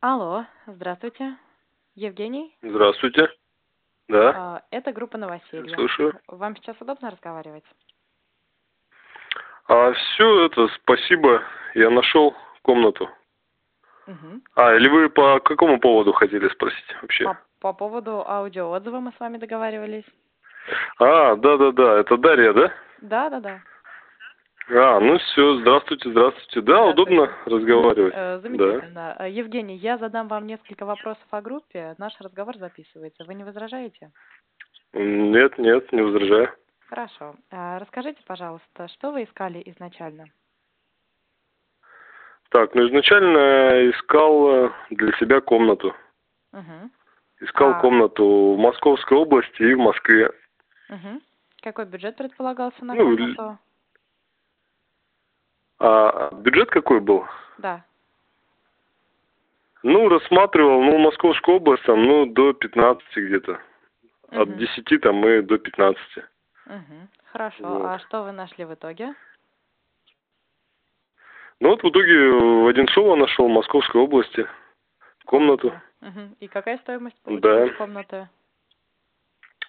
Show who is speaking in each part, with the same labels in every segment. Speaker 1: Алло, здравствуйте. Евгений?
Speaker 2: Здравствуйте. Да,
Speaker 1: А, Это группа «Новоселье».
Speaker 2: слушаю.
Speaker 1: Вам сейчас удобно разговаривать?
Speaker 2: А все это, спасибо, я нашел комнату.
Speaker 1: Мгм.
Speaker 2: А, или вы по какому поводу хотели спросить вообще?
Speaker 1: По, по поводу аудиоотзыва мы с вами договаривались.
Speaker 2: А, да-да-да, это Дарья, да?
Speaker 1: Да, да, да.
Speaker 2: А, ну все, здравствуйте, здравствуйте. Да,
Speaker 1: Здравствуйте.
Speaker 2: удобно разговаривать.
Speaker 1: Э, Замечательно. Э, Евгений, я задам вам несколько вопросов о группе. Наш разговор записывается. Вы не возражаете?
Speaker 2: М, Нет, нет, не возражаю.
Speaker 1: Хорошо. Э, Расскажите, пожалуйста, что вы искали изначально?
Speaker 2: Так, ну изначально искал э, для себя комнату.
Speaker 1: Мгм.
Speaker 2: Искал
Speaker 1: А.
Speaker 2: комнату в Московской области и в Москве.
Speaker 1: Мгм. Какой бюджет предполагался на
Speaker 2: Ну, или-
Speaker 1: комнату?
Speaker 2: А бюджет какой был?
Speaker 1: Да.
Speaker 2: Ну, рассматривал, ну, Московскую область, там, ну, до 15 где-то. От
Speaker 1: Мгм.
Speaker 2: 10 там и до 15.
Speaker 1: Мгм. Хорошо.
Speaker 2: Вот.
Speaker 1: А что вы нашли в итоге?
Speaker 2: Ну, вот в итоге в Одинцово нашел, в Московской области, комнату.
Speaker 1: Мгм. И какая стоимость
Speaker 2: Да.
Speaker 1: получилась комнаты?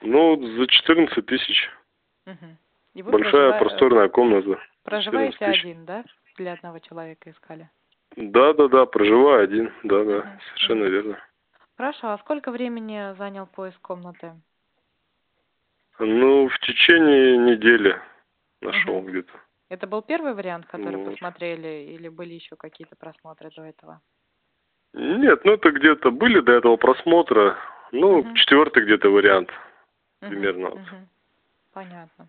Speaker 2: Ну, за 14 тысяч.
Speaker 1: Мгм. И вы
Speaker 2: Большая
Speaker 1: прожива- э,
Speaker 2: просторная комната.
Speaker 1: проживаете
Speaker 2: 14 тысяч.
Speaker 1: один, да? Для одного человека искали.
Speaker 2: Да-да-да, проживаю один. Да-да,
Speaker 1: Мгм.
Speaker 2: совершенно верно.
Speaker 1: Хорошо. А сколько времени занял поиск комнаты?
Speaker 2: Ну, в течение недели нашел
Speaker 1: Мгм.
Speaker 2: где-то.
Speaker 1: Это был первый вариант, который
Speaker 2: Вот.
Speaker 1: посмотрели, или были еще какие-то просмотры до этого?
Speaker 2: Нет, ну, это где-то были до этого просмотра. Ну,
Speaker 1: Мгм.
Speaker 2: четвертый где-то вариант.
Speaker 1: Мгм.
Speaker 2: Примерно вот.
Speaker 1: Мгм. Понятно.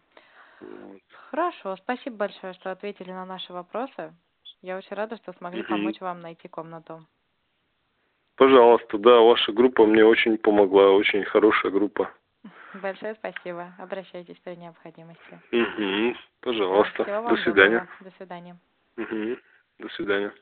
Speaker 1: Хорошо. Спасибо большое, что ответили на наши вопросы. Я очень рада, что смогли
Speaker 2: Мгм.
Speaker 1: помочь вам найти комнату.
Speaker 2: Пожалуйста, да, ваша группа мне очень помогла, очень хорошая группа.
Speaker 1: Большое спасибо. Обращайтесь при необходимости.
Speaker 2: Мгм, пожалуйста.
Speaker 1: Всего вам
Speaker 2: До свидания.
Speaker 1: доброго. До свидания.
Speaker 2: Мгм, До свидания.